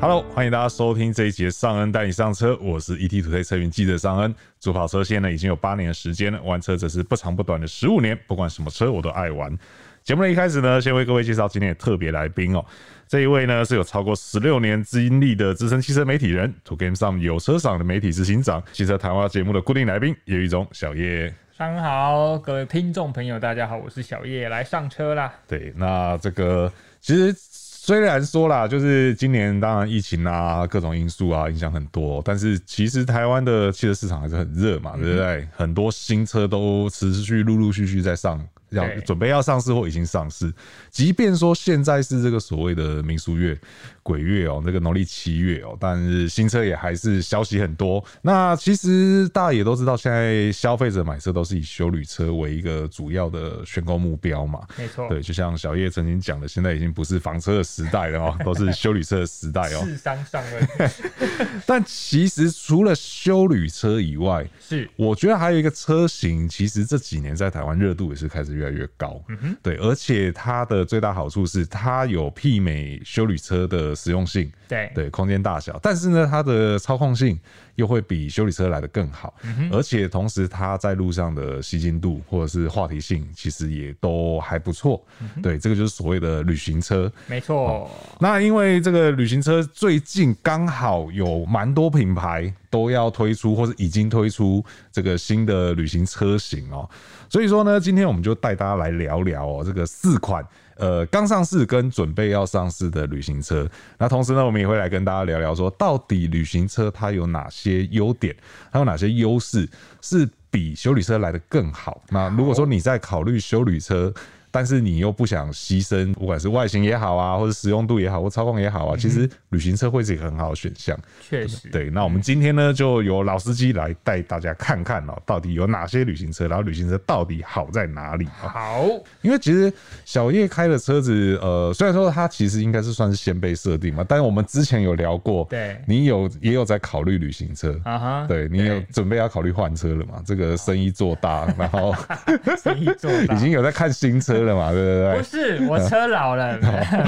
Hello，欢迎大家收听这一节尚恩带你上车，我是 ETtoday 车云记者尚恩。主跑车线呢已经有八年的时间了，玩车则是不长不短的十五年，不管什么车我都爱玩。节目的一开始呢，先为各位介绍今天的特别来宾哦。这一位呢是有超过十六年经历的资深汽车媒体人，To Game 上有车赏的媒体执行长，汽车谈话节目的固定来宾，叶一中小叶。上午好，各位听众朋友，大家好，我是小叶，来上车啦。对，那这个其实虽然说啦，就是今年当然疫情啊，各种因素啊影响很多，但是其实台湾的汽车市场还是很热嘛，对不对？很多新车都持续陆陆续续在上。要对准备要上市或已经上市，即便说现在是这个所谓的民俗月、鬼月哦，这个农历七月哦，但是新车也还是消息很多。那其实大家也都知道，现在消费者买车都是以修旅车为一个主要的选购目标嘛。没错，对，就像小叶曾经讲的，现在已经不是房车的时代了哦， 都是修理车的时代哦。智商上问 但其实除了修理车以外，是 我觉得还有一个车型，其实这几年在台湾热度也是开始越来越高。对，而且它的最大好处是它有媲美修理车的实用性。对对，空间大小，但是呢，它的操控性又会比修理车来的更好，而且同时它在路上的吸睛度或者是话题性，其实也都还不错。对，这个就是所谓的旅行车。没哦错，那因为这个旅行车最近刚好有蛮多品牌都要推出，或是已经推出这个新的旅行车型哦，所以说呢，今天我们就带大家来聊聊哦，这个四款呃刚上市跟准备要上市的旅行车。那同时呢，我们也会来跟大家聊聊说，到底旅行车它有哪些优点，它有哪些优势是比修理车来的更好。那如果说你在考虑修理车，但是你又不想牺牲，不管是外形也好啊，或者实用度也好，或操控也好啊，其实旅行车会是一个很好的选项。确实，对，那我们今天呢，就由老司机来带大家看看嗯哦，到底有哪些旅行车，然后旅行车到底好在哪里啊、哦？好，因为其实小叶开的车子，呃，虽然说它其实应该是算是先辈设定嘛，但是我们之前有聊过，对你有也有在考虑旅行车。啊哈，对你有准备要考虑换车了嘛？这个生意做大，哦然后 生意做大已。经有在看新车了嘛？对不对？不是，我车 老了，哦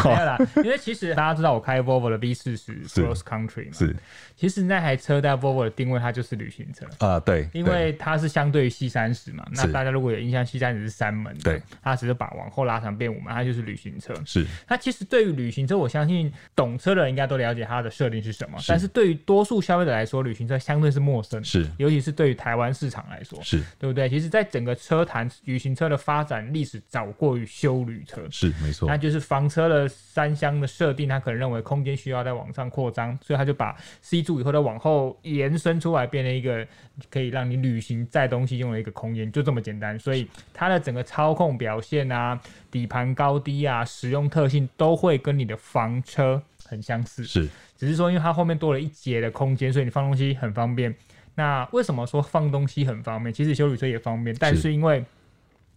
没有啦。因为其实大家知道我开 Volvo 的 V 四十 Cross Country 嘛，是其实那台车在 Volvo 的定位它就是旅行车，啊、对，因对为它是相对于 C 三十嘛。那是大家如果有印象，C 三十是三门的，对，它只是把往后拉长变五门，它就是旅行车。是它其实对于旅行车，我相信懂车的人应该都了解它的设定是什么。但是对于多数消费者来说，旅行车相对是陌生，是尤其是对于台湾市场来说，是对不对？其实，在整个车坛，旅行车的发展历史早过于修旅车。是，没错那，就是房车的三厢的设定，它可能认为空间需要再往上扩张，所以它就把 C 柱以后再往后延伸出来，变成一个可以让你旅行载东西用的一个空间，就这么简单。所以它的整个操控表现啊、底盘高低啊、使用特性都会跟你的房车很相似，是只是说因为它后面多了一节的空间，所以你放东西很方便。那为什么说放东西很方便？其实修理车也方便，但是是因为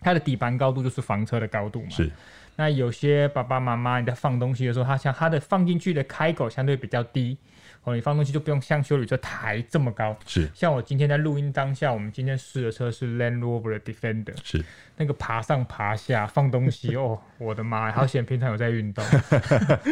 它的底盘高度就是房车的高度嘛，是那有些爸爸妈妈你在放东西的时候，它像它的放进去的开口相对比较低，哦，你放东西就不用像修理车抬这么高。是像我今天在录音当下，我们今天试的车是 Land Rover 的 Defender，是，那个爬上爬下放东西，哦，我的妈呀！好险平常有在运动，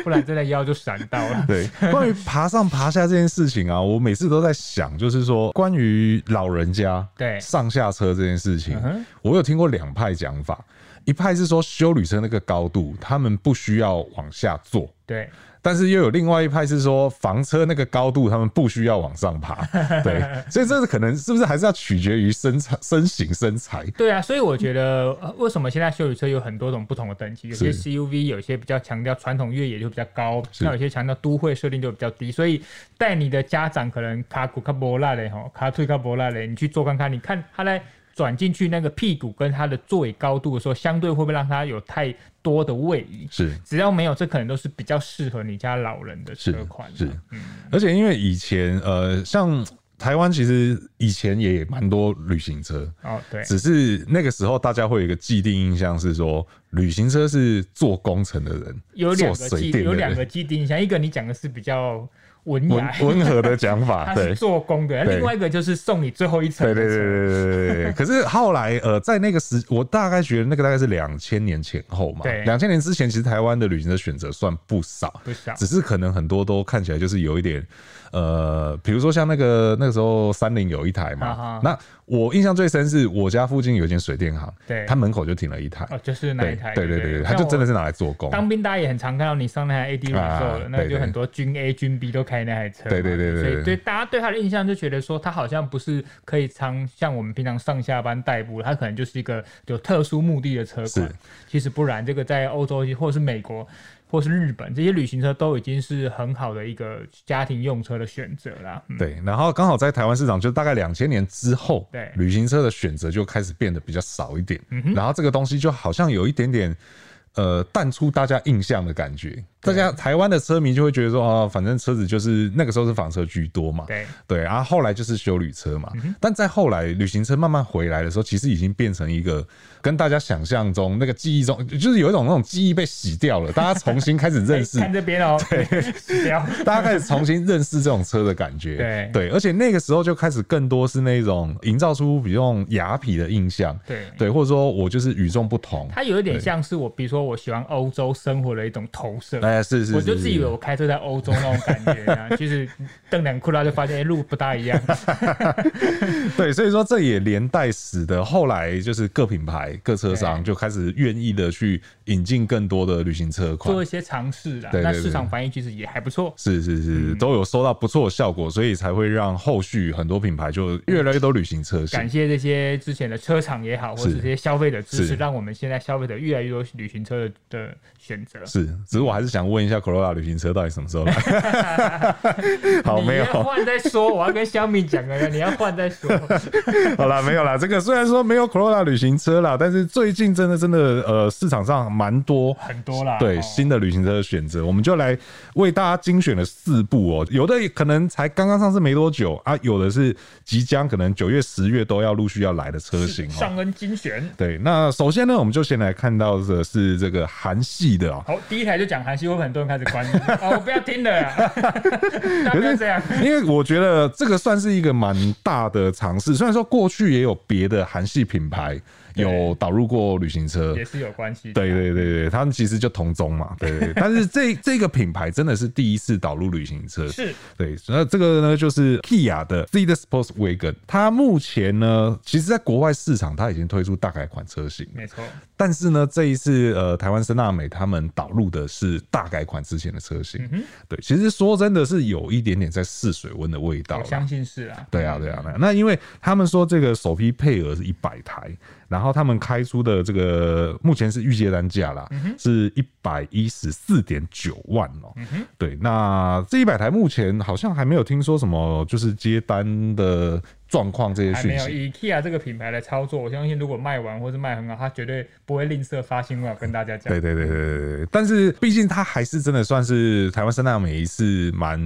不然真的腰就闪到了。 对，关于爬上爬下这件事情啊，我每次都在想，就是说关于老人家对上下车这件事情嗯哼，我有听过两派讲法，一派是说修旅车那个高度，他们不需要往下坐。对，但是又有另外一派是说，房车那个高度他们不需要往上 爬，对，所以这是可能是不是还是要取决于身材、身形、身材，对啊，所以我觉得、呃为什么现在修理车有很多种不同的等级，有些是 CUV，有些比较强调传统越野就比较高，是那有些强调都会设定就比较低。所以带你的家长可能卡骨卡博拉嘞吼，卡腿卡博拉嘞，你去坐看看，你看他在转进去那个屁股跟他的座椅高度的时候，相对会不会让他有太多的位移？是只要没有，这可能都是比较适合你家老人的车款、啊是，而且因为以前呃，像台湾其实以前也蛮多旅行车，哦，对，只是那个时候大家会有一个既定印象是说，旅行车是做工程的人，有两做个水既电有的两个人，既定印象，一个你讲的是比较文温雅。温和的讲法， 它对是做工的，对另外一个就是送你最后一层对对的车。对对对对对 可是后来呃，在那个时，我大概觉得那个大概是两千年前后嘛。对两千年之前，其实台湾的旅行的选择算不少，不啊少只是可能很多都看起来就是有一点呃，比如说像那个那个时候三菱有一台嘛，啊哈那我印象最深是我家附近有一间水电行，对它门口就停了一台。哦，就是那对一台，对对不对对，对，它就真的是是拿来做工。当兵，大家也很常看到你上那台 AD 软售啊的，那对就对很多军 A 军 B 都开那台车嘛，对对对对所对以对大家对他的印象就觉得说，他好像不是可以常像我们平常上下班代步，他可能就是一个有特殊目的的车是款。其实不然，这个在欧洲或者是美国。或是日本这些旅行车都已经是很好的一个家庭用车的选择啦。嗯对，然后刚好在台湾市场，就大概两千年之后，对嗯旅行车的选择就开始变得比较少一点。然后这个东西就好像有一点点。呃，淡出大家印象的感觉，大家台湾的车迷就会觉得说，哦，反正车子就是那个时候是房车居多嘛，对嗯对啊，后来就是修旅车嘛，但在后来旅行车慢慢回来的时候，其实已经变成一个跟大家想象中那个记忆中，就是有一种那种记忆被洗掉了，大家重新开始认识哎看这边哦， 对，聊大家开始重新认识这种车的感觉。对而且那个时候就开始更多是那种营造出比较雅痞的印象，对对，或者说我就是与众不同。它有一点对像是我，比如说我喜欢欧洲生活的一种投射。哎，是是是，我就自以为是我开车在欧洲那种感觉啊， 就是瞪两裤拉就发现哎、路不大一样，对，所以说这也连带使得后来就是各品牌、各车商就开始愿意的去引进更多的旅行车款做。一些尝试啦。对对那对市场反应其实也还不错。是是嗯是，都有收到不错的效果，所以才会让后续很多品牌就越来越多旅行车型感。谢这些之前的车厂也好，或者是这些消费者支是持，让我们现在消费者越来越多旅行车的的选择。是，只是我还是想问一下 Corolla 旅行车到底什么时候来？ 好，你没有，要换再说，我要跟小米讲了，你要换 再说。好啦，没有啦。这个虽然说没有 Corolla 旅行车啦，但是最近真的真的呃，市场上蛮多。很多啦，对哦新的旅行车的选择，我们就来为大家精选了四部哦。有的可能才刚刚上市没多久啊，有的是即将可能九月、十月都要陆续要来的车型哦。上恩精选。对，那首先呢，我们就先来看到的是这个韩系的哦，好，第一台就讲韩系，会不会很多人开始关注啊，我不要听 了啦，大家不要这样。因为我觉得这个算是一个蛮大的尝试。虽然说过去也有别的韩系品牌有导入过旅行车，也是有关系的。对对对对，他们其实就同宗嘛，对对。对但是这这个品牌真的是第一次导入旅行车，是对。那这个呢，就是 Kia 的 Z 的 Sportswagen，它目前呢，其实在国外市场它已经推出大改款车型了，没错，但是呢，这一次呃，台湾森纳美他们导入的是大改款之前的车嗯型，对。其实说真的是有一点点在试水温的味道我啦，相信是啦。对啊，对啊，那那因为他们说这个首批配额是一百台，然后他们开出的这个目前是预接单价嗯啦，是一百一十四点九万哦、嗯对，那这一百台目前好像还没有听说什么就是接单的状况这些还没讯有息。以 Kia 这个品牌来操作，我相信如果卖完或是卖很好，他绝对不会吝啬发新闻跟大家讲对。对对对对对，但是毕竟它还是真的算是台湾三大美一次蛮，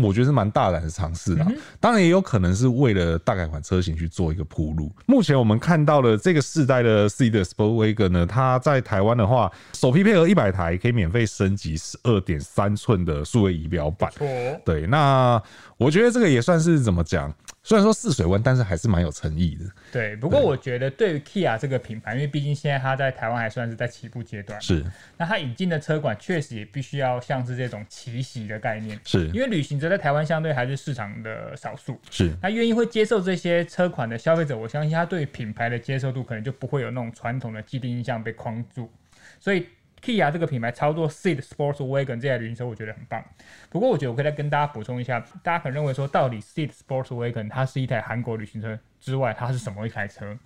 我觉得是蛮大胆的尝试嗯啦。当然也有可能是为了大改款车型去做一个铺路。目前我们看到了这个世代的 C 的 Sportwagon 呢，它在台湾的话，首批配额一百台可以免费升级十二点三寸的数位仪表板。错哦，对，那我觉得这个也算是怎么讲，虽然说试水温，但是还是蛮有诚意的。对。不过我觉得对于 Kia 这个品牌，因为毕竟现在它在台湾还算是在起步阶段，是那它引进的车款确实也必须要像是这种奇袭的概念，是因为旅行者在台湾相对还是市场的少数。是，那愿意会接受这些车款的消费者，我相信他对品牌的接受度可能就不会有那种传统的既定印象被框住。所以 Kia 这个品牌操作 Seat Sports Wagon 这台旅行车，我觉得很棒。不过我觉得我可以再跟大家补充一下，大家可能认为说，到底 Seat Sports Wagon 它是一台韩国旅行车之外，它是什么一台车？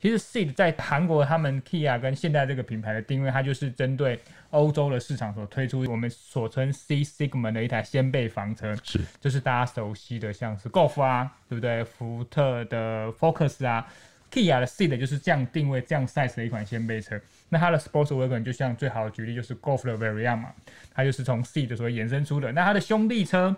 其实 Seat 在韩国他们 Kia 跟现代这个品牌的定位，它就是针对欧洲的市场所推出我们所称 C Sigma 的一台掀背房车。是就是大家熟悉的，像是 Golf 啊，对不对？福特的 Focus 啊，Kia 的 Ceed 就是这样定位、这样 size 的一款掀背车。那它的 Sportswagon 就像最好的举例就是 Golf 的 Variant 嘛，它就是从 Ceed 所衍生出的。那它的兄弟车，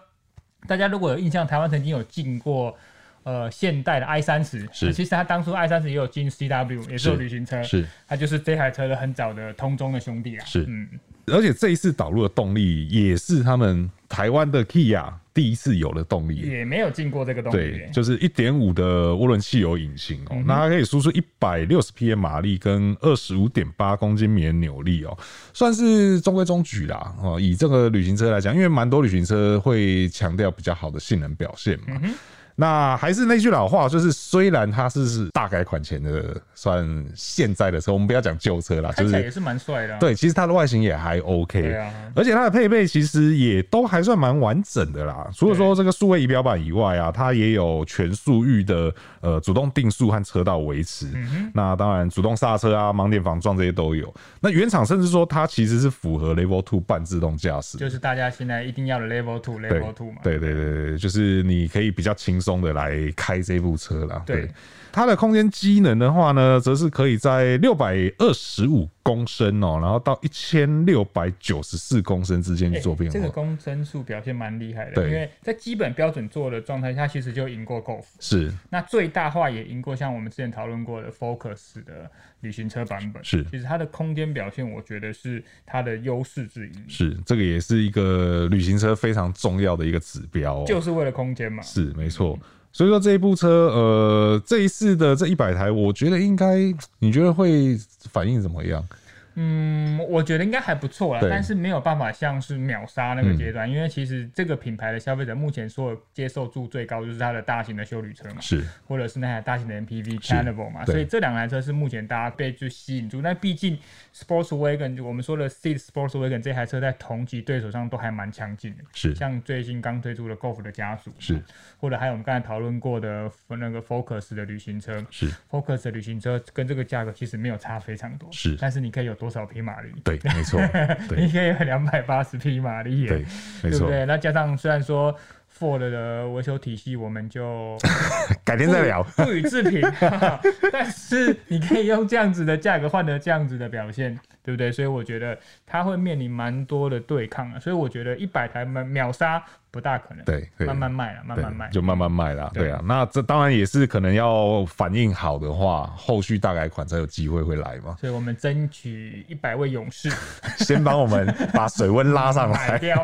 大家如果有印象，台湾曾经有进过。呃，现代的 i 三十，是其实它当初 i 三十也有进 CW，也是有是旅行车，是它就是这台车的很早的通中的兄弟啊。是嗯，而且这一次导入的动力也是他们台湾的 Kia 第一次有的动力，也没有进过这个动欸力对耶，，就是一点五的涡轮汽油引擎哦、嗯那它可以输出一百六十匹的马力跟二十五点八公斤米的扭力哦、算是中规中矩啦哦、以这个旅行车来讲，因为蛮多旅行车会强调比较好的性能表现嗯嘛。那还是那句老话，就是虽然它是是大改款前的，算现在的车，我们不要讲旧车啦，看就起来是也是蛮帅的、啊。，对，其实它的外形也还 OK，对啊而且它的配备其实也都还算蛮完整的啦。除了说这个数位仪表板以外啊，它也有全速域的呃主动定速和车道维持。嗯那当然，主动刹车啊、盲点防撞这些都有。那原厂甚至说它其实是符合 Level Two 半自动驾驶的，就是大家现在一定要的 Level Two Level Two 嘛。对对对对对，就是你可以比较轻松的来开这部车啦。对对，它的空间机能的话呢，则是可以在六百二十五公升哦、然后到一千六百九十四公升之间去欸做变这个化。公升数表现蛮厉害的，哦对因为在基本标准做的状态下，其实就赢过 Golf，是那最大化也赢过像我们之前讨论过的 Focus 的旅行车版本。是其实它的空间表现，我觉得是它的优势之一，是，这个也是一个旅行车非常重要的一个指标、哦。就是为了空间嘛。是没错。所以说这一部车，呃，这一次的这一百台，我觉得应该，你觉得会反应怎么样？嗯，我觉得应该还不错啦，对但是没有办法像是秒杀那个阶段，因为其实这个品牌的消费者目前所有接受度最高就是它的大型的修旅车嘛。是或者是那台大型的 MPV 是 Carnival 嘛，对所以这两台车是目前大家被就吸引住。那毕竟 Sportswagen 我们说的 Seat Sportswagen 这台车在同级对手上都还蛮强劲的，是像最新刚推出的 Golf 的家属，是，或者还有我们刚才讨论过的那个 Focus 的旅行车是， ，Focus 的旅行车跟这个价格其实没有差非常多，是但是你可以有多少匹马力？对，没 错，你对可以有两百八十匹马力耶，对，没对不错。对？那加上虽然说 Ford 的维修体系，我们就。改天再聊。不予置评。 但是你可以用这样子的价格换得这样子的表现，对不对？所以我觉得它会面临蛮多的对抗啊。所以我觉得一百台秒秒杀不大可能，对，对慢慢卖了，啊慢慢卖对。就慢慢卖啦。对。对啊，那这当然也是可能要反应好的话，后续大改款才有机会会来嘛 所以我们争取一百位 勇士先帮我们把水温拉上买来。掉。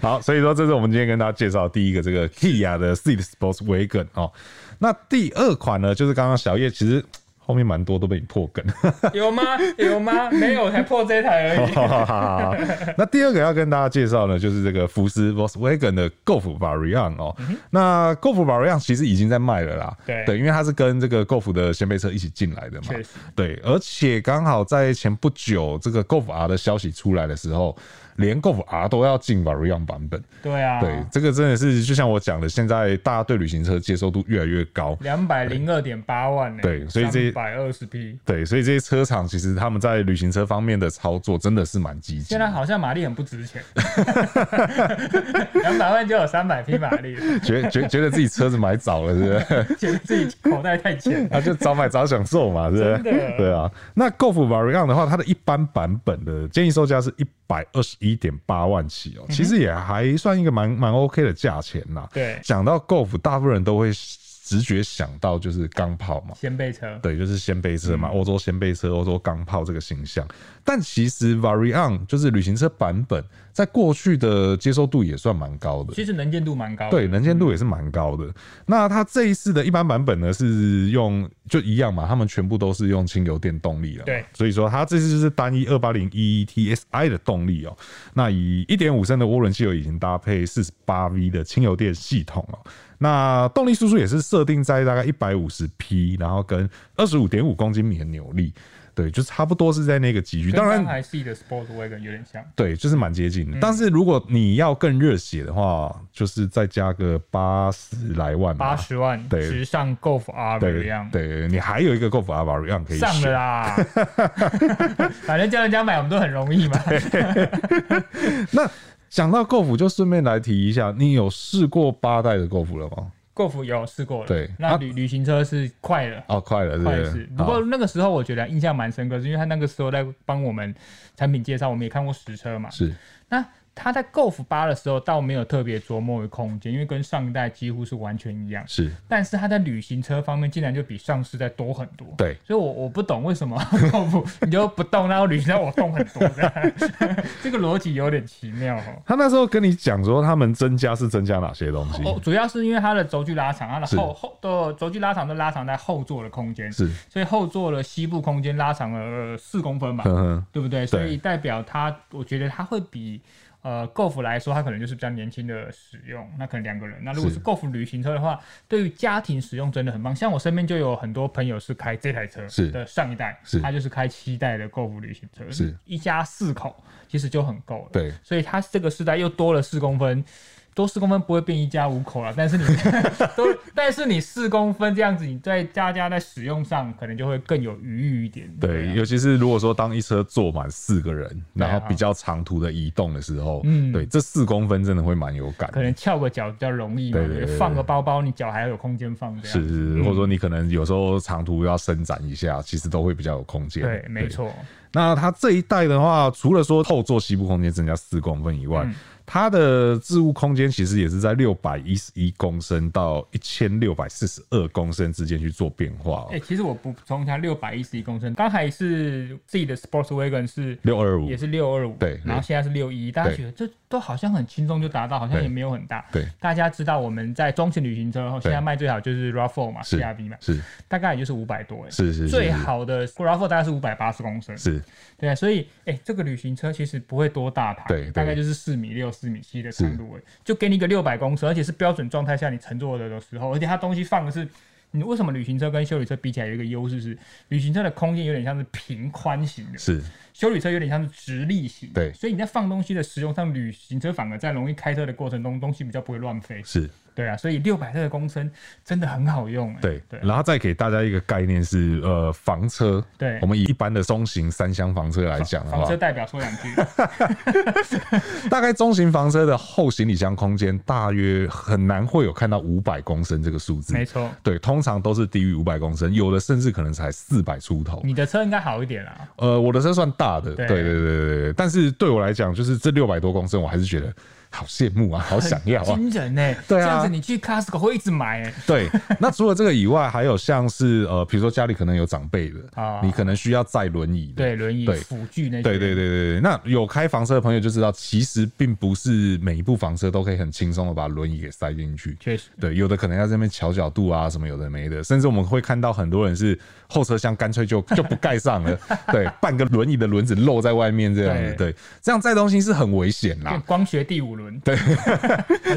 好，所以说这是我们今天跟大家介绍第一个这个 Kia 的 Seat Sports Wagon 哦。那第二款呢，就是刚刚小叶其实。后面蛮多都被你破梗，有吗？有吗？没有，才破这一台哦而已。 那第二个要跟大家介绍呢，就是这个福斯 Volkswagen 的 Golf Variant 哦。那 Golf Variant 其实已经在卖了啦，嗯对对，因为它是跟这个 Golf 的掀背车一起进来的嘛确实，对，而且刚好在前不久这个 Golf R 的消息出来的时候，连 Golf R 都要进 Variant 版本，对啊，对，这个真的是就像我讲的，现在大家对旅行车接受度越来越高，两百零二点八万呢、对所以这嗯百二十匹。对，所以这些车厂其实他们在旅行车方面的操作真的是蛮积极现的。在好像马力很不值钱， 两百万就有三百匹马力了，觉觉觉得自己车子买早了，是不是？觉得自己口袋 太浅。啊他就早买早享受嘛，是不是真 的？对啊。那 Golf Variant 的话，它的一般版本的建议售价是一百二十一点八万起嗯哦、其实也还算一个蛮蛮 OK 的价钱啦。 对讲到 Golf，大部分人都会直觉想到就是钢炮嘛。先备车，对，就是掀背车嗯嘛，欧、洲掀背车、欧洲钢炮这个形象。但其实 Variant 就是旅行车版本，在过去的接受度也算蛮高的。其实能见度蛮高的。嗯对，能见度也是蛮高的。那它这一次的一般版本呢，是用就一样嘛，他们全部都是用轻油电动力了。对，所以说它这次就是单一二八零 EETSI 的动力哦、那以一点五升的涡轮汽油已经搭配四十八 V 的轻油电系统哦、那动力输出也是设定在大概一百五十匹，然后跟二十五点五公斤米的扭力，对，就差不多是在那个级距。跟当然刚，才 C 的 Sport Wagon 有点像，对，就是蛮接嗯近的。但是如果你要更热血的话，就是再加个八十来万吧。八十万对时尚 Golf R 的对样，对，你还有一个 Golf R Variant 可以上了啊选。啦。 反正叫人家买，我们都很容易嘛。那讲到 Golf，就顺便来提一下，你有试过八代的 Golf 了吗？ Golf 有试过了，对那啊旅旅行车是快了。哦，快了，是快不是是，？不过好那个时候我觉得印象蛮深刻，是因为他那个时候在帮我们产品介绍，我们也看过实车嘛。是那它在 Golf 八的时候倒没有特别琢磨于空间，因为跟上一代几乎是完全一样。是但是它在旅行车方面竟然就比上市再多很多。对，所以我我不懂为什么 Golf 你就不动，然后旅行车我动很多的，这个逻辑有点奇妙哦。他那时候跟你讲说，他们增加是增加哪些东西？哦，主要是因为它的轴距拉长，它的是后后的轴距拉长都拉长在后座的空间，是，所以后座的膝部空间拉长了四公分吧，呵呵，对不对？所以代表它，我觉得它会比呃 Golf 来说，它可能就是比较年轻的使用，那可能两个人。那如果是是 Golf 旅行车的话，对于家庭使用真的很棒。像我身边就有很多朋友是开这台车是的上一代是，他就是开七代的 Golf 旅行车，是一家四口其实就很够了。对，所以它这个世代又多了四公分，多四公分不会变一家五口了，但 是你多，但是你四公分这样子，你在大家在使用上可能就会更有余裕一点。对，啊尤其是如果说当一车坐满四个人，对啊然后比较长途的移动的时候，嗯对，这四公分真的会蛮有感的可能翘个脚比较容易嘛，对对对对放个包包，你脚还要有空间放这样。是是，是或者说你可能有时候长途要伸展一下，其实都会比较有空间。对，没。错，那它这一代的话，除了说后座膝部空间增加四公分以嗯外，它的置物空间其实也是在六百一十一公升到一千六百四十二公升之间去做变化、哦哎、。其实我补充一下，六百一十一公升，刚才是自己的 Sports Wagon 是六二五也是六二五，对对然后现在是六一，大家对觉得这都好像很轻松就达到，好像对也没有很大。对大家知道我们在中型旅行车后，对现在卖最好就是 RAV4 嘛是，CRV 嘛，是大概也就是五百多哎，是是是最好的 RAV4 大概是五百八十公升，是对啊，所以哎、欸这个旅行车其实不会多大台，对对大概就是四米六、四米七的长度而已，就给你一个六百公升，而且是标准状态下你乘坐的时候，而且它东西放的是。你为什么旅行车跟修理车比起来有一个优势是，旅行车的空间有点像是平宽型的，是修理车有点像是直立型的，对所以你在放东西的使用上，旅行车反而在容易开车的过程中，东西比较不会乱飞。是，对啊，所以六百克的公升真的很好用、欸。对。对然后再给大家一个概念是，呃，房车。对我们以一般的中型三厢房车来讲的房话车，代表说两句，大概中型房车的后行李箱空间大约很难会有看到五百公升这个数字。没错，对，通常都是低于五百公升，有的甚至可能才四百出头。你的车应该好一点啦。呃，我的车算大的，对对对对对对对。但是对我来讲，就是这六百多公升，我还是觉得好羡慕 啊，好想要啊。惊人呢、欸，对啊这样子你去 Costco 会一直买、欸，对，那除了这个以外，还有像是呃，比如说家里可能有长辈的，啊你可能需要载轮椅的，对，轮椅对辅具那些，对对对对对，那有开房车的朋友就知道，其实并不是每一部房车都可以很轻松的把轮椅给塞进去。确实，对，有的可能要这边调角度啊，什么有的没的，甚至我们会看到很多人是后车厢干脆就 就不盖上了，对，半个轮椅的轮子露在外面这样子，对，这样载东西是很危险 啦。光学第五轮， 对，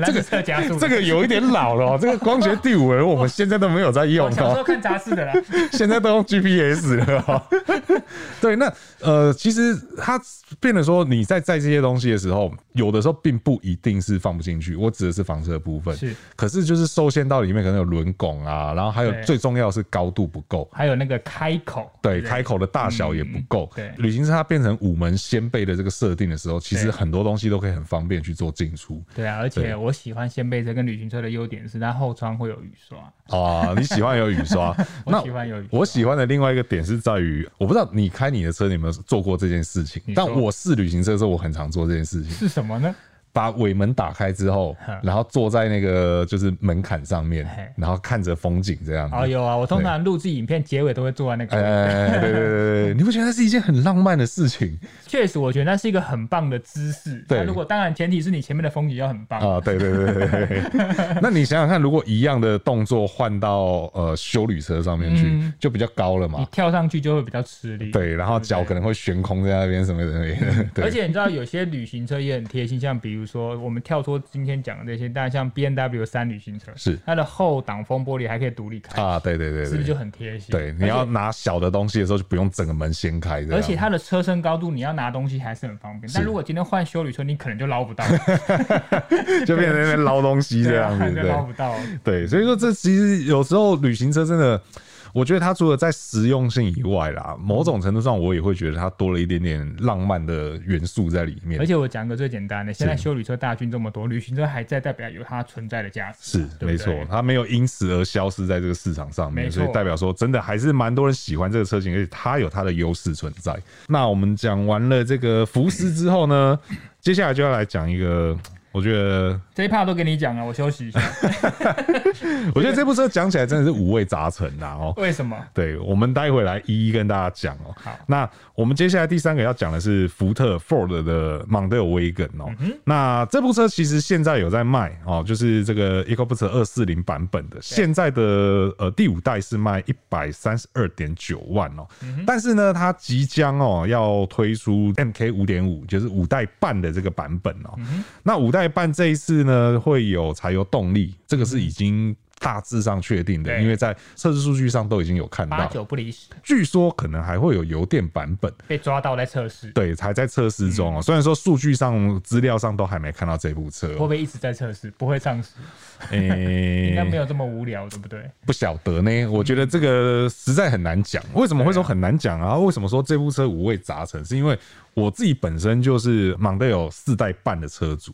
这个车加速，啊这个有一点老了、哦，这个光学第五轮我们现在都没有在用我小哦时。候看杂志的啦，现在都用 GPS 了、哦。 对，那呃，其实它变得说，你在载这些东西的时候，有的时候并不一定是放不进去。我指的是房车的部分，是，可是就是受限到里面可能有轮拱啊，然后还有对最重要的是高度不够。还有那个开口， 对，不开口的大小也不够。嗯对旅行车它变成五门掀背的这个设定的时候，其实对很多东西都可以很方便去做进出对啊，而对且我喜欢掀背车跟旅行车的优点是它后窗会有雨刷，，啊。你喜欢有雨刷 我喜欢有雨刷我喜欢的另外一个点是在于，我不知道你开你的车你有没有做过这件事情你，说但我试旅行车的时候，我很常做这件事情，是什么呢？把尾门打开之后哼，然后坐在那个就是门槛上面嘿，然后看着风景这样子。哦，有啊，我通常录制影片结尾都会坐在那哎个，哎，嗯哎对对对对，你不觉得那是一件很浪漫的事情确实我觉得那是一个很棒的姿势。对那如果当然前提是你前面的风景要很棒，啊？对对对对对对。那你想想看，如果一样的动作换到呃修旅车上面去嗯，就比较高了你嘛？跳上去就会比较吃力。对，然后脚可能会悬空在那边什么的。对而且你知道，有些旅行车也很贴心，像比如说我们跳脱今天讲的这些，但像 B N W 三旅行车，是它的后挡风玻璃还可以独立开，啊，对对对对，是不是就很贴心？对，你要啊拿小的东西的时候，就不用整个门掀开这样。而且它的车身高度，你要拿东西还是很方便。但如果今天换修理车，你可能就 捞不到， 就变成在那边捞东西这对啊样子，就捞对不到。对，所以说这其实有时候旅行车真的，我觉得它除了在实用性以外啦，某种程度上我也会觉得它多了一点点浪漫的元素在里面 而。且我讲个最简单的，现在修理车大军这么多，旅行车还在，代表有它存在的价是值嘛，，对没不对错，它没有因此而消失在这个市场上面，没所以错代表说真的还是蛮多人喜欢这个车型，而且它有它的优势存在。那我们讲完了这个福斯之后呢，接下来就要来讲一个，我觉得，这一趴都给你讲了，啊我 休息一下。我觉得这部车讲起来真的是五味杂陈呐、哦。为什么？对，我们待会来一一跟大家讲哦、好那我们接下来第三个要讲的是福特 Ford 的 Mondeo Wagon 哦、嗯那这部车其实现在有在卖哦、就是这个 EcoBoost 二四零版本的，现在的呃第五代是卖一百三十二点九万哦、嗯但是呢，它即将哦、要推出 MK 五点五，就是五代半的这个版本嗯哦、那五代半这一次呢会有柴油动力，这个是已经。大致上确定的，对因为在测试数据上都已经有看八到，九不离十，据说可能还会有油电版本，被抓到在测试，对，还在测试中嗯哦、虽然说数据上、资料上都还没看到这部车会不哦、会一直在测试？不会上市，诶、应该没有这么无聊，对不对？不晓得呢。我觉得这个实在很难讲。为什么会说很难讲啊？为什么说这部车五味杂陈？是因为我自己本身就是蒙队有四代半的车主，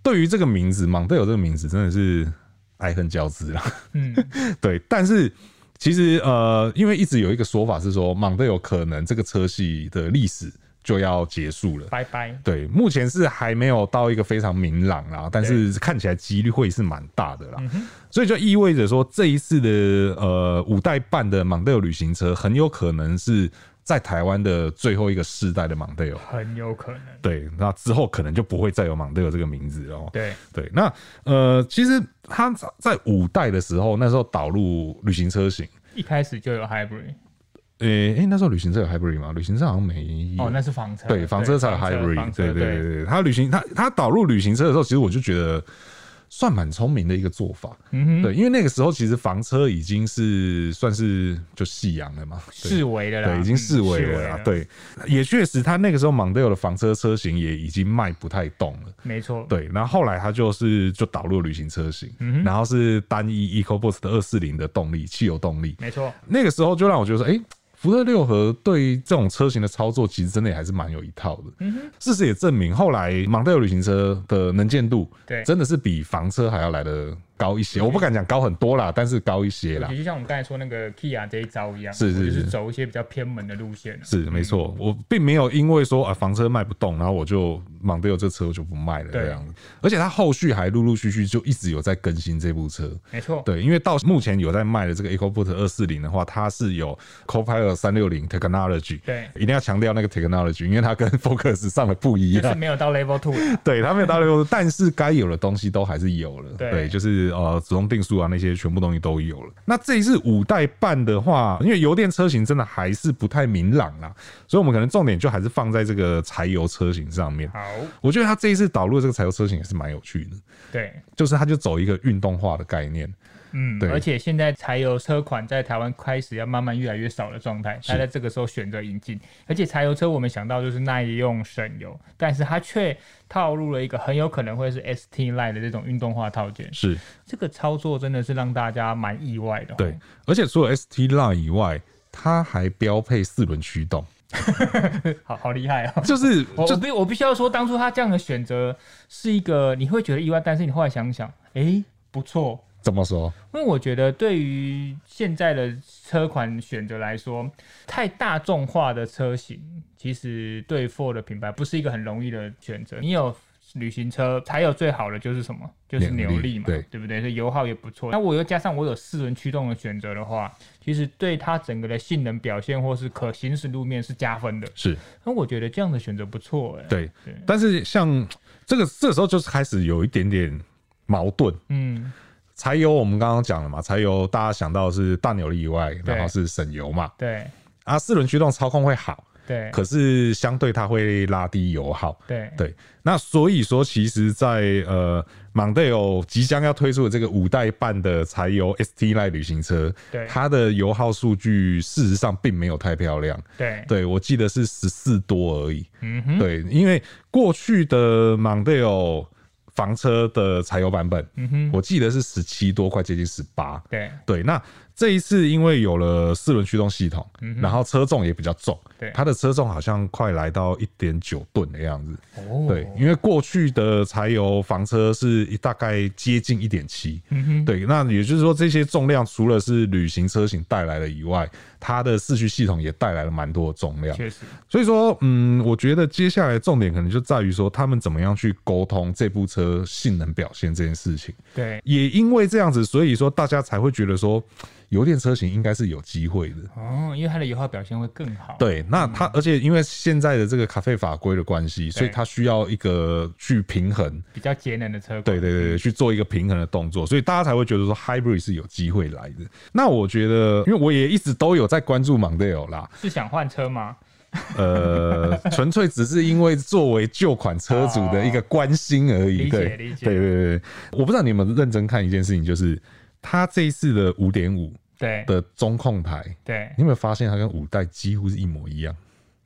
对于这个名字，蒙队有这个名字真的是爱恨交织啦。嗯， 对，但是其实呃，因为一直有一个说法是说，蒙队有可能这个车系的历史就要结束了。拜拜。对，目前是还没有到一个非常明朗啦，但是看起来几率会是蛮大的啦，嗯所以就意味着说这一次的呃五代半的蒙队旅行车很有可能是在台湾的最后一个世代的蒙队友。很有可能。对，那之后可能就不会再有蒙队友这个名字了哦。对，对，那呃，其实它在五代的时候，那时候导入旅行车型，一开始就有 hybrid，诶、诶、那时候旅行车有 hybrid 吗？旅行车好像没有。哦，那是房车，对，房车才有房车房 hybrid，车对对对对，对，他旅行他他导入旅行车的时候，其实我就觉得算蛮聪明的一个做法，嗯哼，对，因为那个时候其实房车已经是算是就夕阳了嘛，对视为的啦，对，已经视为了啦，啊嗯，对，也确实他那个时候 Mondeo 的房车车型也已经卖不太动了。没错，对，然后后来他就是就导入旅行车型，嗯然后是单一 EcoBoost 的二四零的动力，汽油动力，没错，那个时候就让我觉得说，哎、福特六合对于这种车型的操作，其实真的也还是蛮有一套的。嗯事实也证明，后来蒙特尔旅行车的能见度，对嗯真的是比房车还要来的高一些。我不敢讲高很多啦，但是高一些啦也。就像我们刚才说那个 Kia 这一招一样，啊是是我就是走一些比较偏门的路线了，是没错，我并没有因为说啊房车卖不动，然后我就蒙特尔这车我就不卖了对这样子。而且它后续还陆陆续续就一直有在更新这部车。没错，对，因为到目前有在卖的这个 EcoBoost 二四零的话，它是有 Copilot 三六零 Technology，对一定要强调那个 Technology，因为它跟 Focus 上的不一就是样。没有到 Level Two，啦对，它没有到 Level，但是该有的东西都还是有了。对就是呃，主动定速啊那些全部东西都有了。那这一次五代半的话，因为油电车型真的还是不太明朗啦，所以我们可能重点就还是放在这个柴油车型上面。好，我觉得它这一次导入的这个柴油车型也是蛮有趣的，对，就是它就走一个运动化的概念。嗯，对而且现在柴油车款在台湾开始要慢慢越来越少的状态，它在这个时候选择引进，而且柴油车我们想到就是耐用省油，但是它却套入了一个很有可能会是 ST Line 的这种运动化套件，是，这个操作真的是让大家蛮意外的、哦。对，而且除了 ST Line 以外，它还标配四轮驱动， 好好厉 害哦。就是我我就必我必须要说，当初他这样的选择是一个你会觉得意外，但是你后来想想，诶，不错，怎么说？因为我觉得对于现在的车款选择来说，太大众化的车型，其实对 Ford 的品牌不是一个很容易的选择。你有旅行车，柴油最好的就是什么？就是扭扭力力嘛，对对不对？所以油耗也不错。那我又加上我有四轮驱动的选择的话，其实对它整个的性能表现或是可行驶路面是加分的。是那我觉得这样的选择不错、哎，，对对，但是像这个这时候就是开始有一点点矛盾。嗯，柴油我们刚刚讲了嘛，柴油大家想到是大扭力以外，然后是省油嘛，对啊，四轮驱动操控会好，对可是相对它会拉低油耗。对对，那所以说，其实在，呃，Mondeo 即将要推出的这个五代半的柴油 ST Line 旅行车，对它的油耗数据事实上并没有太漂亮。对，对，我记得是十四多而已。嗯哼，对，因为过去的 Mondeo 房车的柴油版本，嗯哼，我记得是十七多，快接近十八。对对，那这一次因为有了四轮驱动系统，嗯哼然后车重也比较重，对它的车重好像快来到一点九吨的样子。哦对，因为过去的柴油房车是一大概接近一点七，嗯哼，对，那也就是说，这些重量除了是旅行车型带来的以外，它的四驱系统也带来了蛮多的重量。确实，所以说，嗯，我觉得接下来重点可能就在于说，他们怎么样去沟通这部车性能表现这件事情。对，也因为这样子，所以说大家才会觉得说，油电车型应该是有机会的。哦，嗯因为它的油耗表现会更好，，对，那它而且因为现在的这个咖啡法规的关系，所以它需要一个去平衡，比较节能的车款，对对对对，去做一个平衡的动作，所以大家才会觉得说 hybrid 是有机会来的。那我觉得，因为我也一直都有在关注 Mondeo 啦，是想换车吗？呃， 纯粹只是因为作为旧款车主的一个关心而已。哦理解对理解对对对，对我不知道你们有没有认真看一件事情，就是它这一次的五点五对的中控台，对你有没有发现它跟五代几乎是一模一样，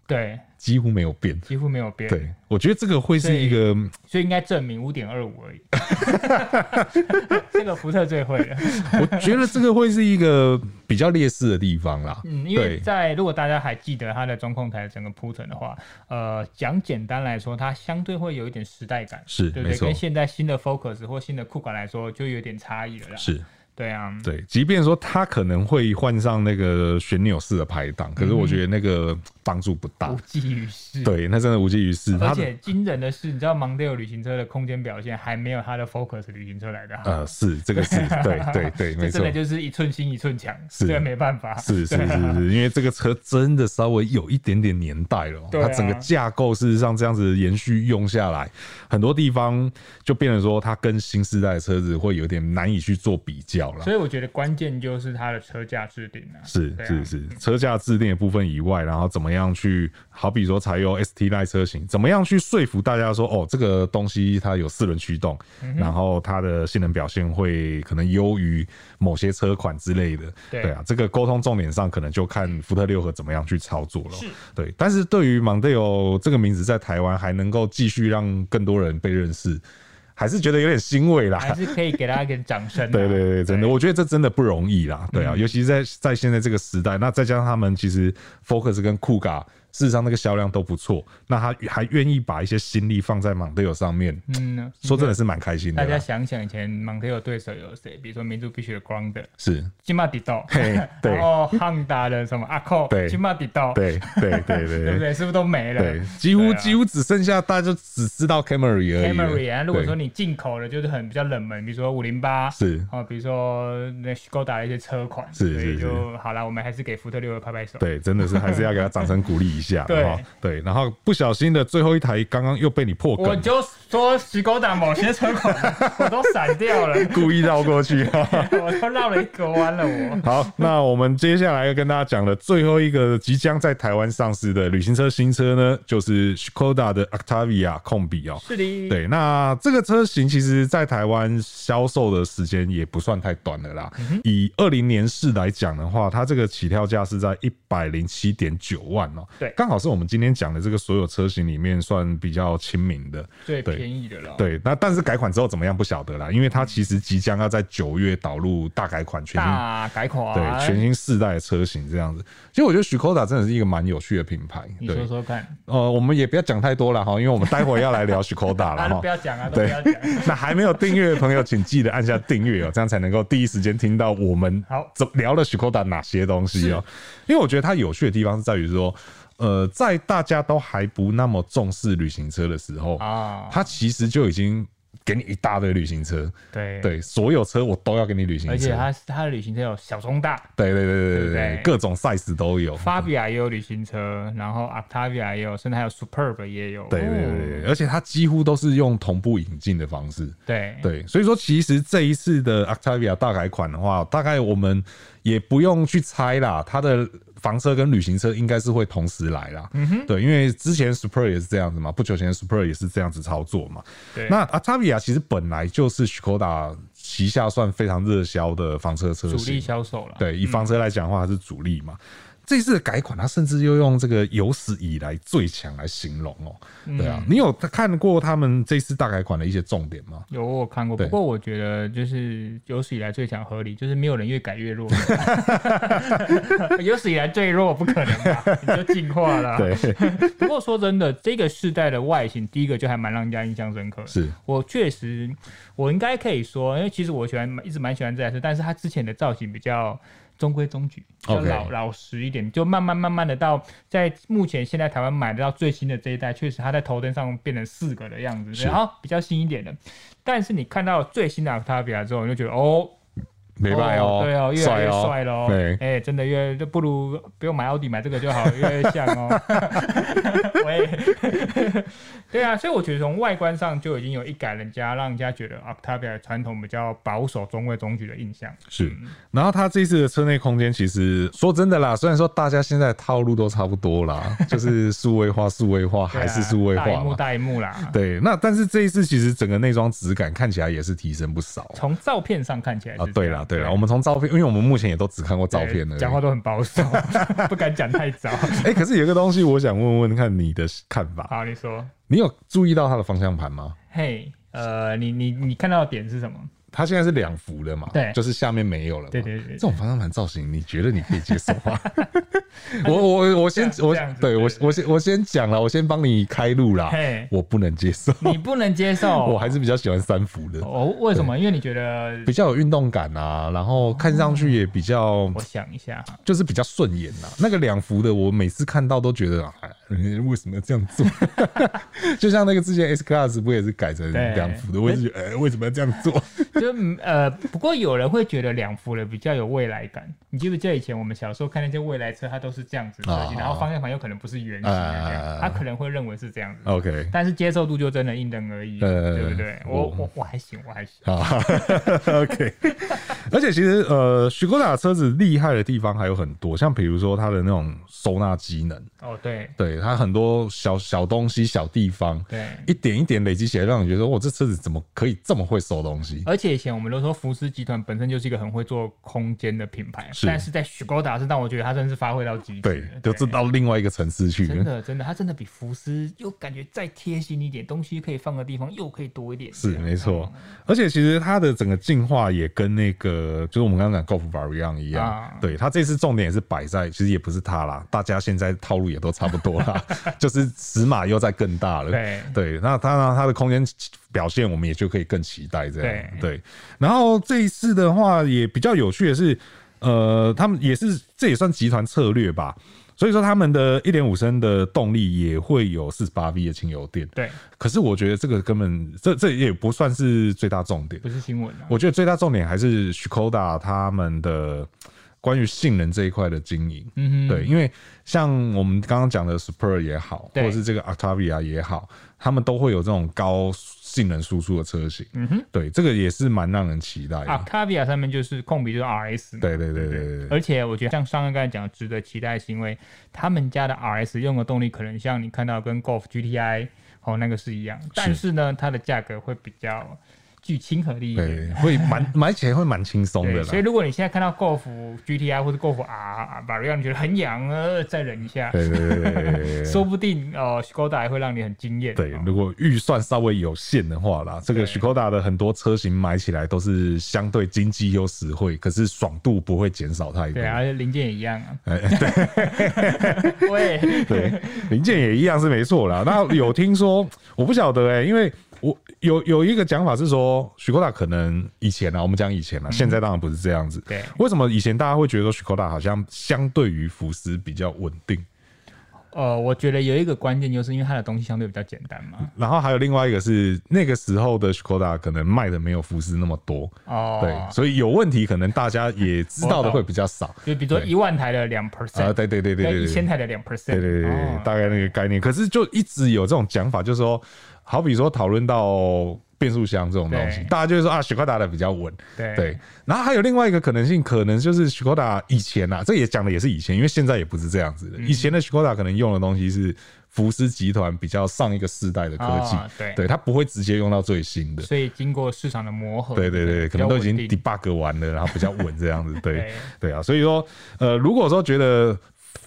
对，几乎没有变？几乎没有变，，对，我觉得这个会是一个所以应该证明五点二五 而已，这个福特最会了。我觉得这个会是一个比较劣势的地方啦。嗯，因为对在如果大家还记得它的中控台的整个铺陈的话，呃，讲简单来说，它相对会有一点时代感，是对不没对？错跟现在新的 Focus 或新的酷感来说，就有点差异了啦。是对啊，对，即便说它可能会换上那个旋钮式的排档，可是我觉得那个帮助不大无。济于事。，对，那真的无济于事。它而的且惊人的是，你知道 Mondeo 旅行车的空间表现还没有它的 Focus 旅行车来的好。呃，是这个是 对对对，这没错真的，就是一寸心一寸强，是这个没办法。是是是是，因为这个车真的稍微有一点点年代了哦，对啊它整个架构事实上这样子延续用下来，很多地方就变成说它跟新时代的车子会有点难以去做比较了。所以我觉得关键就是它的车架制定啊。是对啊是是，车架制定的部分以外，然后怎么样去，好比说柴油 ST 耐车型，怎么样去说服大家说，哦，这个东西它有四轮驱动，嗯然后它的性能表现会可能优于某些车款之类的。对啊，这个沟通重点上可能就看福特六合怎么样去操作了。对，但是对于 Mondeo 这个名字在台湾还能够继续让更多人被认识，还是觉得有点欣慰啦。还是可以给大家一点掌声、啊。对对对，真的，对嗯我觉得这真的不容易啦。对啊，尤其是在在现在这个时代，那再加上他们其实 Focus 跟酷 a 事实上那个销量都不错，那他还愿意把一些心力放在 Mondeo 上面，嗯，说真的是蛮开心的大家啦。想想以前 Monteo 对手有谁？比如说民族必须的 Grounder、是，金马迪道，嘿，对然后 Honda 的什么阿扣对、金马迪道，对对对 对啊不对对？是不是都没了对，几乎对啊几乎只剩下大家就只知道 Camry 而已了。 ？Camry 啊，如果对说你进口的，就是很比较冷门，比如说五零八。是哦，比如说那 Skoda 的一些车款，是所是以是就好啦，我们还是给福特六二拍拍手。对，真的是还是要给他掌声鼓励一下， 对然后对，然后不小心的最后一台刚刚又被你破我梗，就说 Skoda 某些车 款我都闪掉了，故意绕过去。我都绕了一个弯了，我。好，那我们接下来要跟大家讲的最后一个即将在台湾上市的旅行车新车呢，就是 Skoda 的 Octavia 控比哦。是的，对，那这个车型其实在台湾销售的时间也不算太短了啦。以二零年式来讲的话，它这个起跳价是在一百零七点九万哦、对刚好是我们今天讲的这个所有车型里面算比较亲民的。最对便宜的了。对，那但是改款之后怎么样不晓得啦，因为它其实即将要在九月导入大改款全新大改款，对，全新世代的车型这样子。其实我觉得 Skoda 真的是一个蛮有趣的品牌。你对说，说看，呃，我们也不要讲太多了哈，因为我们待会儿要来聊 Skoda 啊，了 都不哈。要讲啊，都不对要讲。那还没有订阅的朋友，请记得按下订阅哦，这样才能够第一时间听到我们好怎聊了 Skoda 哪些东西哦。因为我觉得它有趣的地方是在于说，呃，在大家都还不那么重视旅行车的时候， 啊，它其实就已经给你一大堆旅行车，对，对，所有车我都要给你旅行车，而且它它的旅行车有小中大，对对对对对不对对对，各种 size 都有。法比亚也有旅行车，然后 Octavia 也有，甚至还有 Superb 也有。对对对对，而且它几乎都是用同步引进的方式。对对，所以说其实这一次的 Octavia 大改款的话，大概我们也不用去猜啦，它的房车跟旅行车应该是会同时来啦。嗯哼，对，因为之前 Super 也是这样子嘛，不久前 Super 也是这样子操作嘛。对那 Octavia 其实本来就是 Skoda 旗下算非常热销的房车车主型，力销售了。对，以房车来讲的话，它是主力嘛。这次的改款，它甚至又用这个有史以来最强来形容哦、嗯对啊，你有看过他们这次大改款的一些重点吗？有我有看过，对不过我觉得就是有史以来最强合理，就是没有人越改 越弱， 有史以来最弱不可能吧？你就进化了。对，不过说真的，这个世代的外形，第一个就还蛮让人家印象深刻的。 是我确实，我应该可以说，因为其实我喜欢一直蛮喜欢这台车，但是它之前的造型比较中规中矩，比较 OK 老老实一点，就慢慢慢慢的到在目前现在台湾买得到最新的这一代，确实它在头灯上变成四个的样子，是然后比较新一点的。但是你看到最新的 Octavia 之后，你就觉得哦，没败哦，对哦，越来帅越哦，帅喽、对哎、真的越就不如不用买奥迪，买这个就好，越来越像 哦。喂， 对啊，所以我觉得从外观上就已经有一改人家，让人家觉得 Octavia 传统比较保守、中规中矩的印象。是，然后它这次的车内空间，其实说真的啦，虽然说大家现在套路都差不多 啦，就是数位化、数位化对啊还是数位大荧化幕嘛。大荧幕 啦。对，那但是这一次其实整个内装质感看起来也是提升不少从照片上看起来是啊。这对样啦，对啦，我们从照片，因为我们目前也都只看过照片对而已讲话都很保守， 不敢讲太早。 哎、可是有一个东西，我想问问看你的看法，好，你说，你有注意到它的方向盘吗？嘿，呃，你你你看到的点是什么？它现在是两幅的嘛，对就是下面没有了嘛。对对对这种方向盘造型，你觉得你可以接受 吗？我我我先这样我这样子对我对对我先我先讲了，我先帮你开路啦嘿。我不能接受， 你不能接受， 我还是比较喜欢三幅的，哦，为什么？因为你觉得比较有运动感啊，然后看上去也比较我想一下，就是比较顺眼呐、那个两幅的，我每次看到都觉得，哎，为什么要这样 做？就像那个之前 S Class 不也是改成对两幅的，我也是觉得，哎，为什么要这样做？就嗯呃，不过有人会觉得两幅的比较有未来感。你记不记得以前我们小时候看那些未来车，它都是这样子设计，啊然后方向盘有可能不是圆形的这啊样，他可能会认为是这样子。 OK 但是接受度就真的因人而异，呃对不对？我我我我还行，我还行。啊 ，OK。而且其实呃，徐国达车子厉害的地方还有很多，像比如说它的那种收纳机能，哦，对对它很多小小东西、小地方，对，一点一点累积起来，让你觉得，我这车子怎么可以这么会收东西？而且以前我们都说福斯集团本身就是一个很会做空间的品牌，是但是在雪糕达是让我觉得它真的是发挥到极致，对，就这到另外一个层次去。真的，真的，它真的比福斯又感觉再贴心一点，东西可以放的地方又可以多一点。嗯是没错，而且其实它的整个进化也跟那个就是我们刚刚讲 Golf Variant 一样，啊对它这次重点也是摆在，其实也不是它啦，大家现在套路也都差不多 啦，就是尺码又在更大了。对对，那当然它的空间表现我们也就可以更期待这样。对对，然后这一次的话也比较有趣的是，呃，他们也是这也算集团策略吧。所以说，他们的1.5升的动力也会有48 V 的轻油电，对，可是我觉得这个根本这这也不算是最大重点，不是新闻啊。我觉得最大重点还是 Skoda 他们的关于性能这一块的经营。嗯哼，对，因为像我们刚刚讲的 Super 也好，或对者是这个 Octavia 也好，他们都会有这种高性能输出的车型。嗯哼对，这个也是蛮让人期待的。 ，Octavia 啊上面就是控笔就是 RS。对对对对对对，而且我觉得像上一刚才讲的值得期待，是因为他们家的 RS 用的动力可能像你看到跟 Golf GTI 哦那个是一样，但是呢，它的价格会比较具亲和力一点。对，会蛮买起来会蛮轻松的对，所以啦。如果你现在看到 Golf GTI 或者 Golf R v a r i a n 你觉得很痒呃，再忍一下，对对对对对对对。说不定哦 s k o d a 还会让你很惊艳。对哦，如果预算稍微有限的话啦，这个对 Skoda 的很多车型买起来都是相对经济又实惠，可是爽度不会减少太多对。啊，而且零件也一样 啊。 对，哎对，零件也一样是没错 啦。那有听说，我不晓得哎、因为我有有一个讲法是说，Skoda 可能以前啊，我们讲以前啊，现在当然不是这样子。嗯对为什么以前大家会觉得说 Skoda 好像相对于福斯比较稳定？呃，我觉得有一个关键就是因为它的东西相对比较简单嘛。然后还有另外一个是那个时候的 Skoda 可能卖的没有福斯那么多。哦， 对，所以有问题可能大家也知道的会比较少。就比如说对一万台的两啊， percent，对对对对跟对一千对，台的两 percent，哦对对对对，大概那个概念。可是就一直有这种讲法，就是说，好比说讨论到变速箱这种东西，对大家就会说啊，雪克达的比较稳。对对，然后还有另外一个可能性，可能就是雪克达以前啊，这也讲的也是以前，因为现在也不是这样子的。以前的雪克达可能用的东西是福斯集团比较上一个世代的科技啊，对对，它不会直接用到最新的。所以经过市场的磨合，对对对，比可能较都已稳经定 debug 完了，然后比较稳这样子，对对对啊，所以说呃，如果说觉得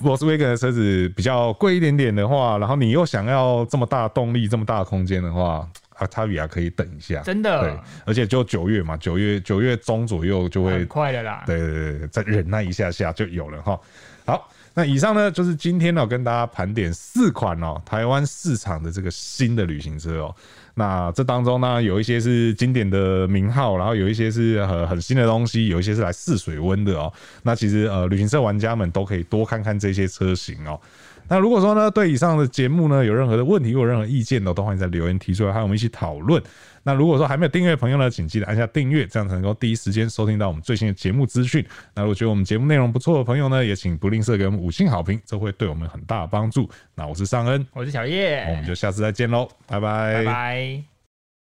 Volkswagen 的车子比较贵一点点的话，然后你又想要这么大的动力、这么大的空间的话，阿塔比亚可以等一下。真对的，而且就九月嘛，九月九月中左右就会很啊快了啦。对对对对，再忍耐一下下就有了哈。好，那以上呢就是今天呢、跟大家盘点四款哦台湾市场的这个新的旅行车哦。那这当中呢，有一些是经典的名号，然后有一些是呃很新的东西，有一些是来试水温的哦。那其实呃，旅行社玩家们都可以多看看这些车型哦。那如果说呢，对以上的节目呢有任何的问题或任何意见呢，都欢迎在留言提出来，和我们一起讨论。那如果说还没有订阅的朋友呢，请记得按下订阅，这样才能够第一时间收听到我们最新的节目资讯。那如果觉得我们节目内容不错的朋友呢，也请不吝啬给我们五星好评，这会对我们很大的帮助。那我是尚恩，我是小那我叶们，就下次再见喽，拜拜拜。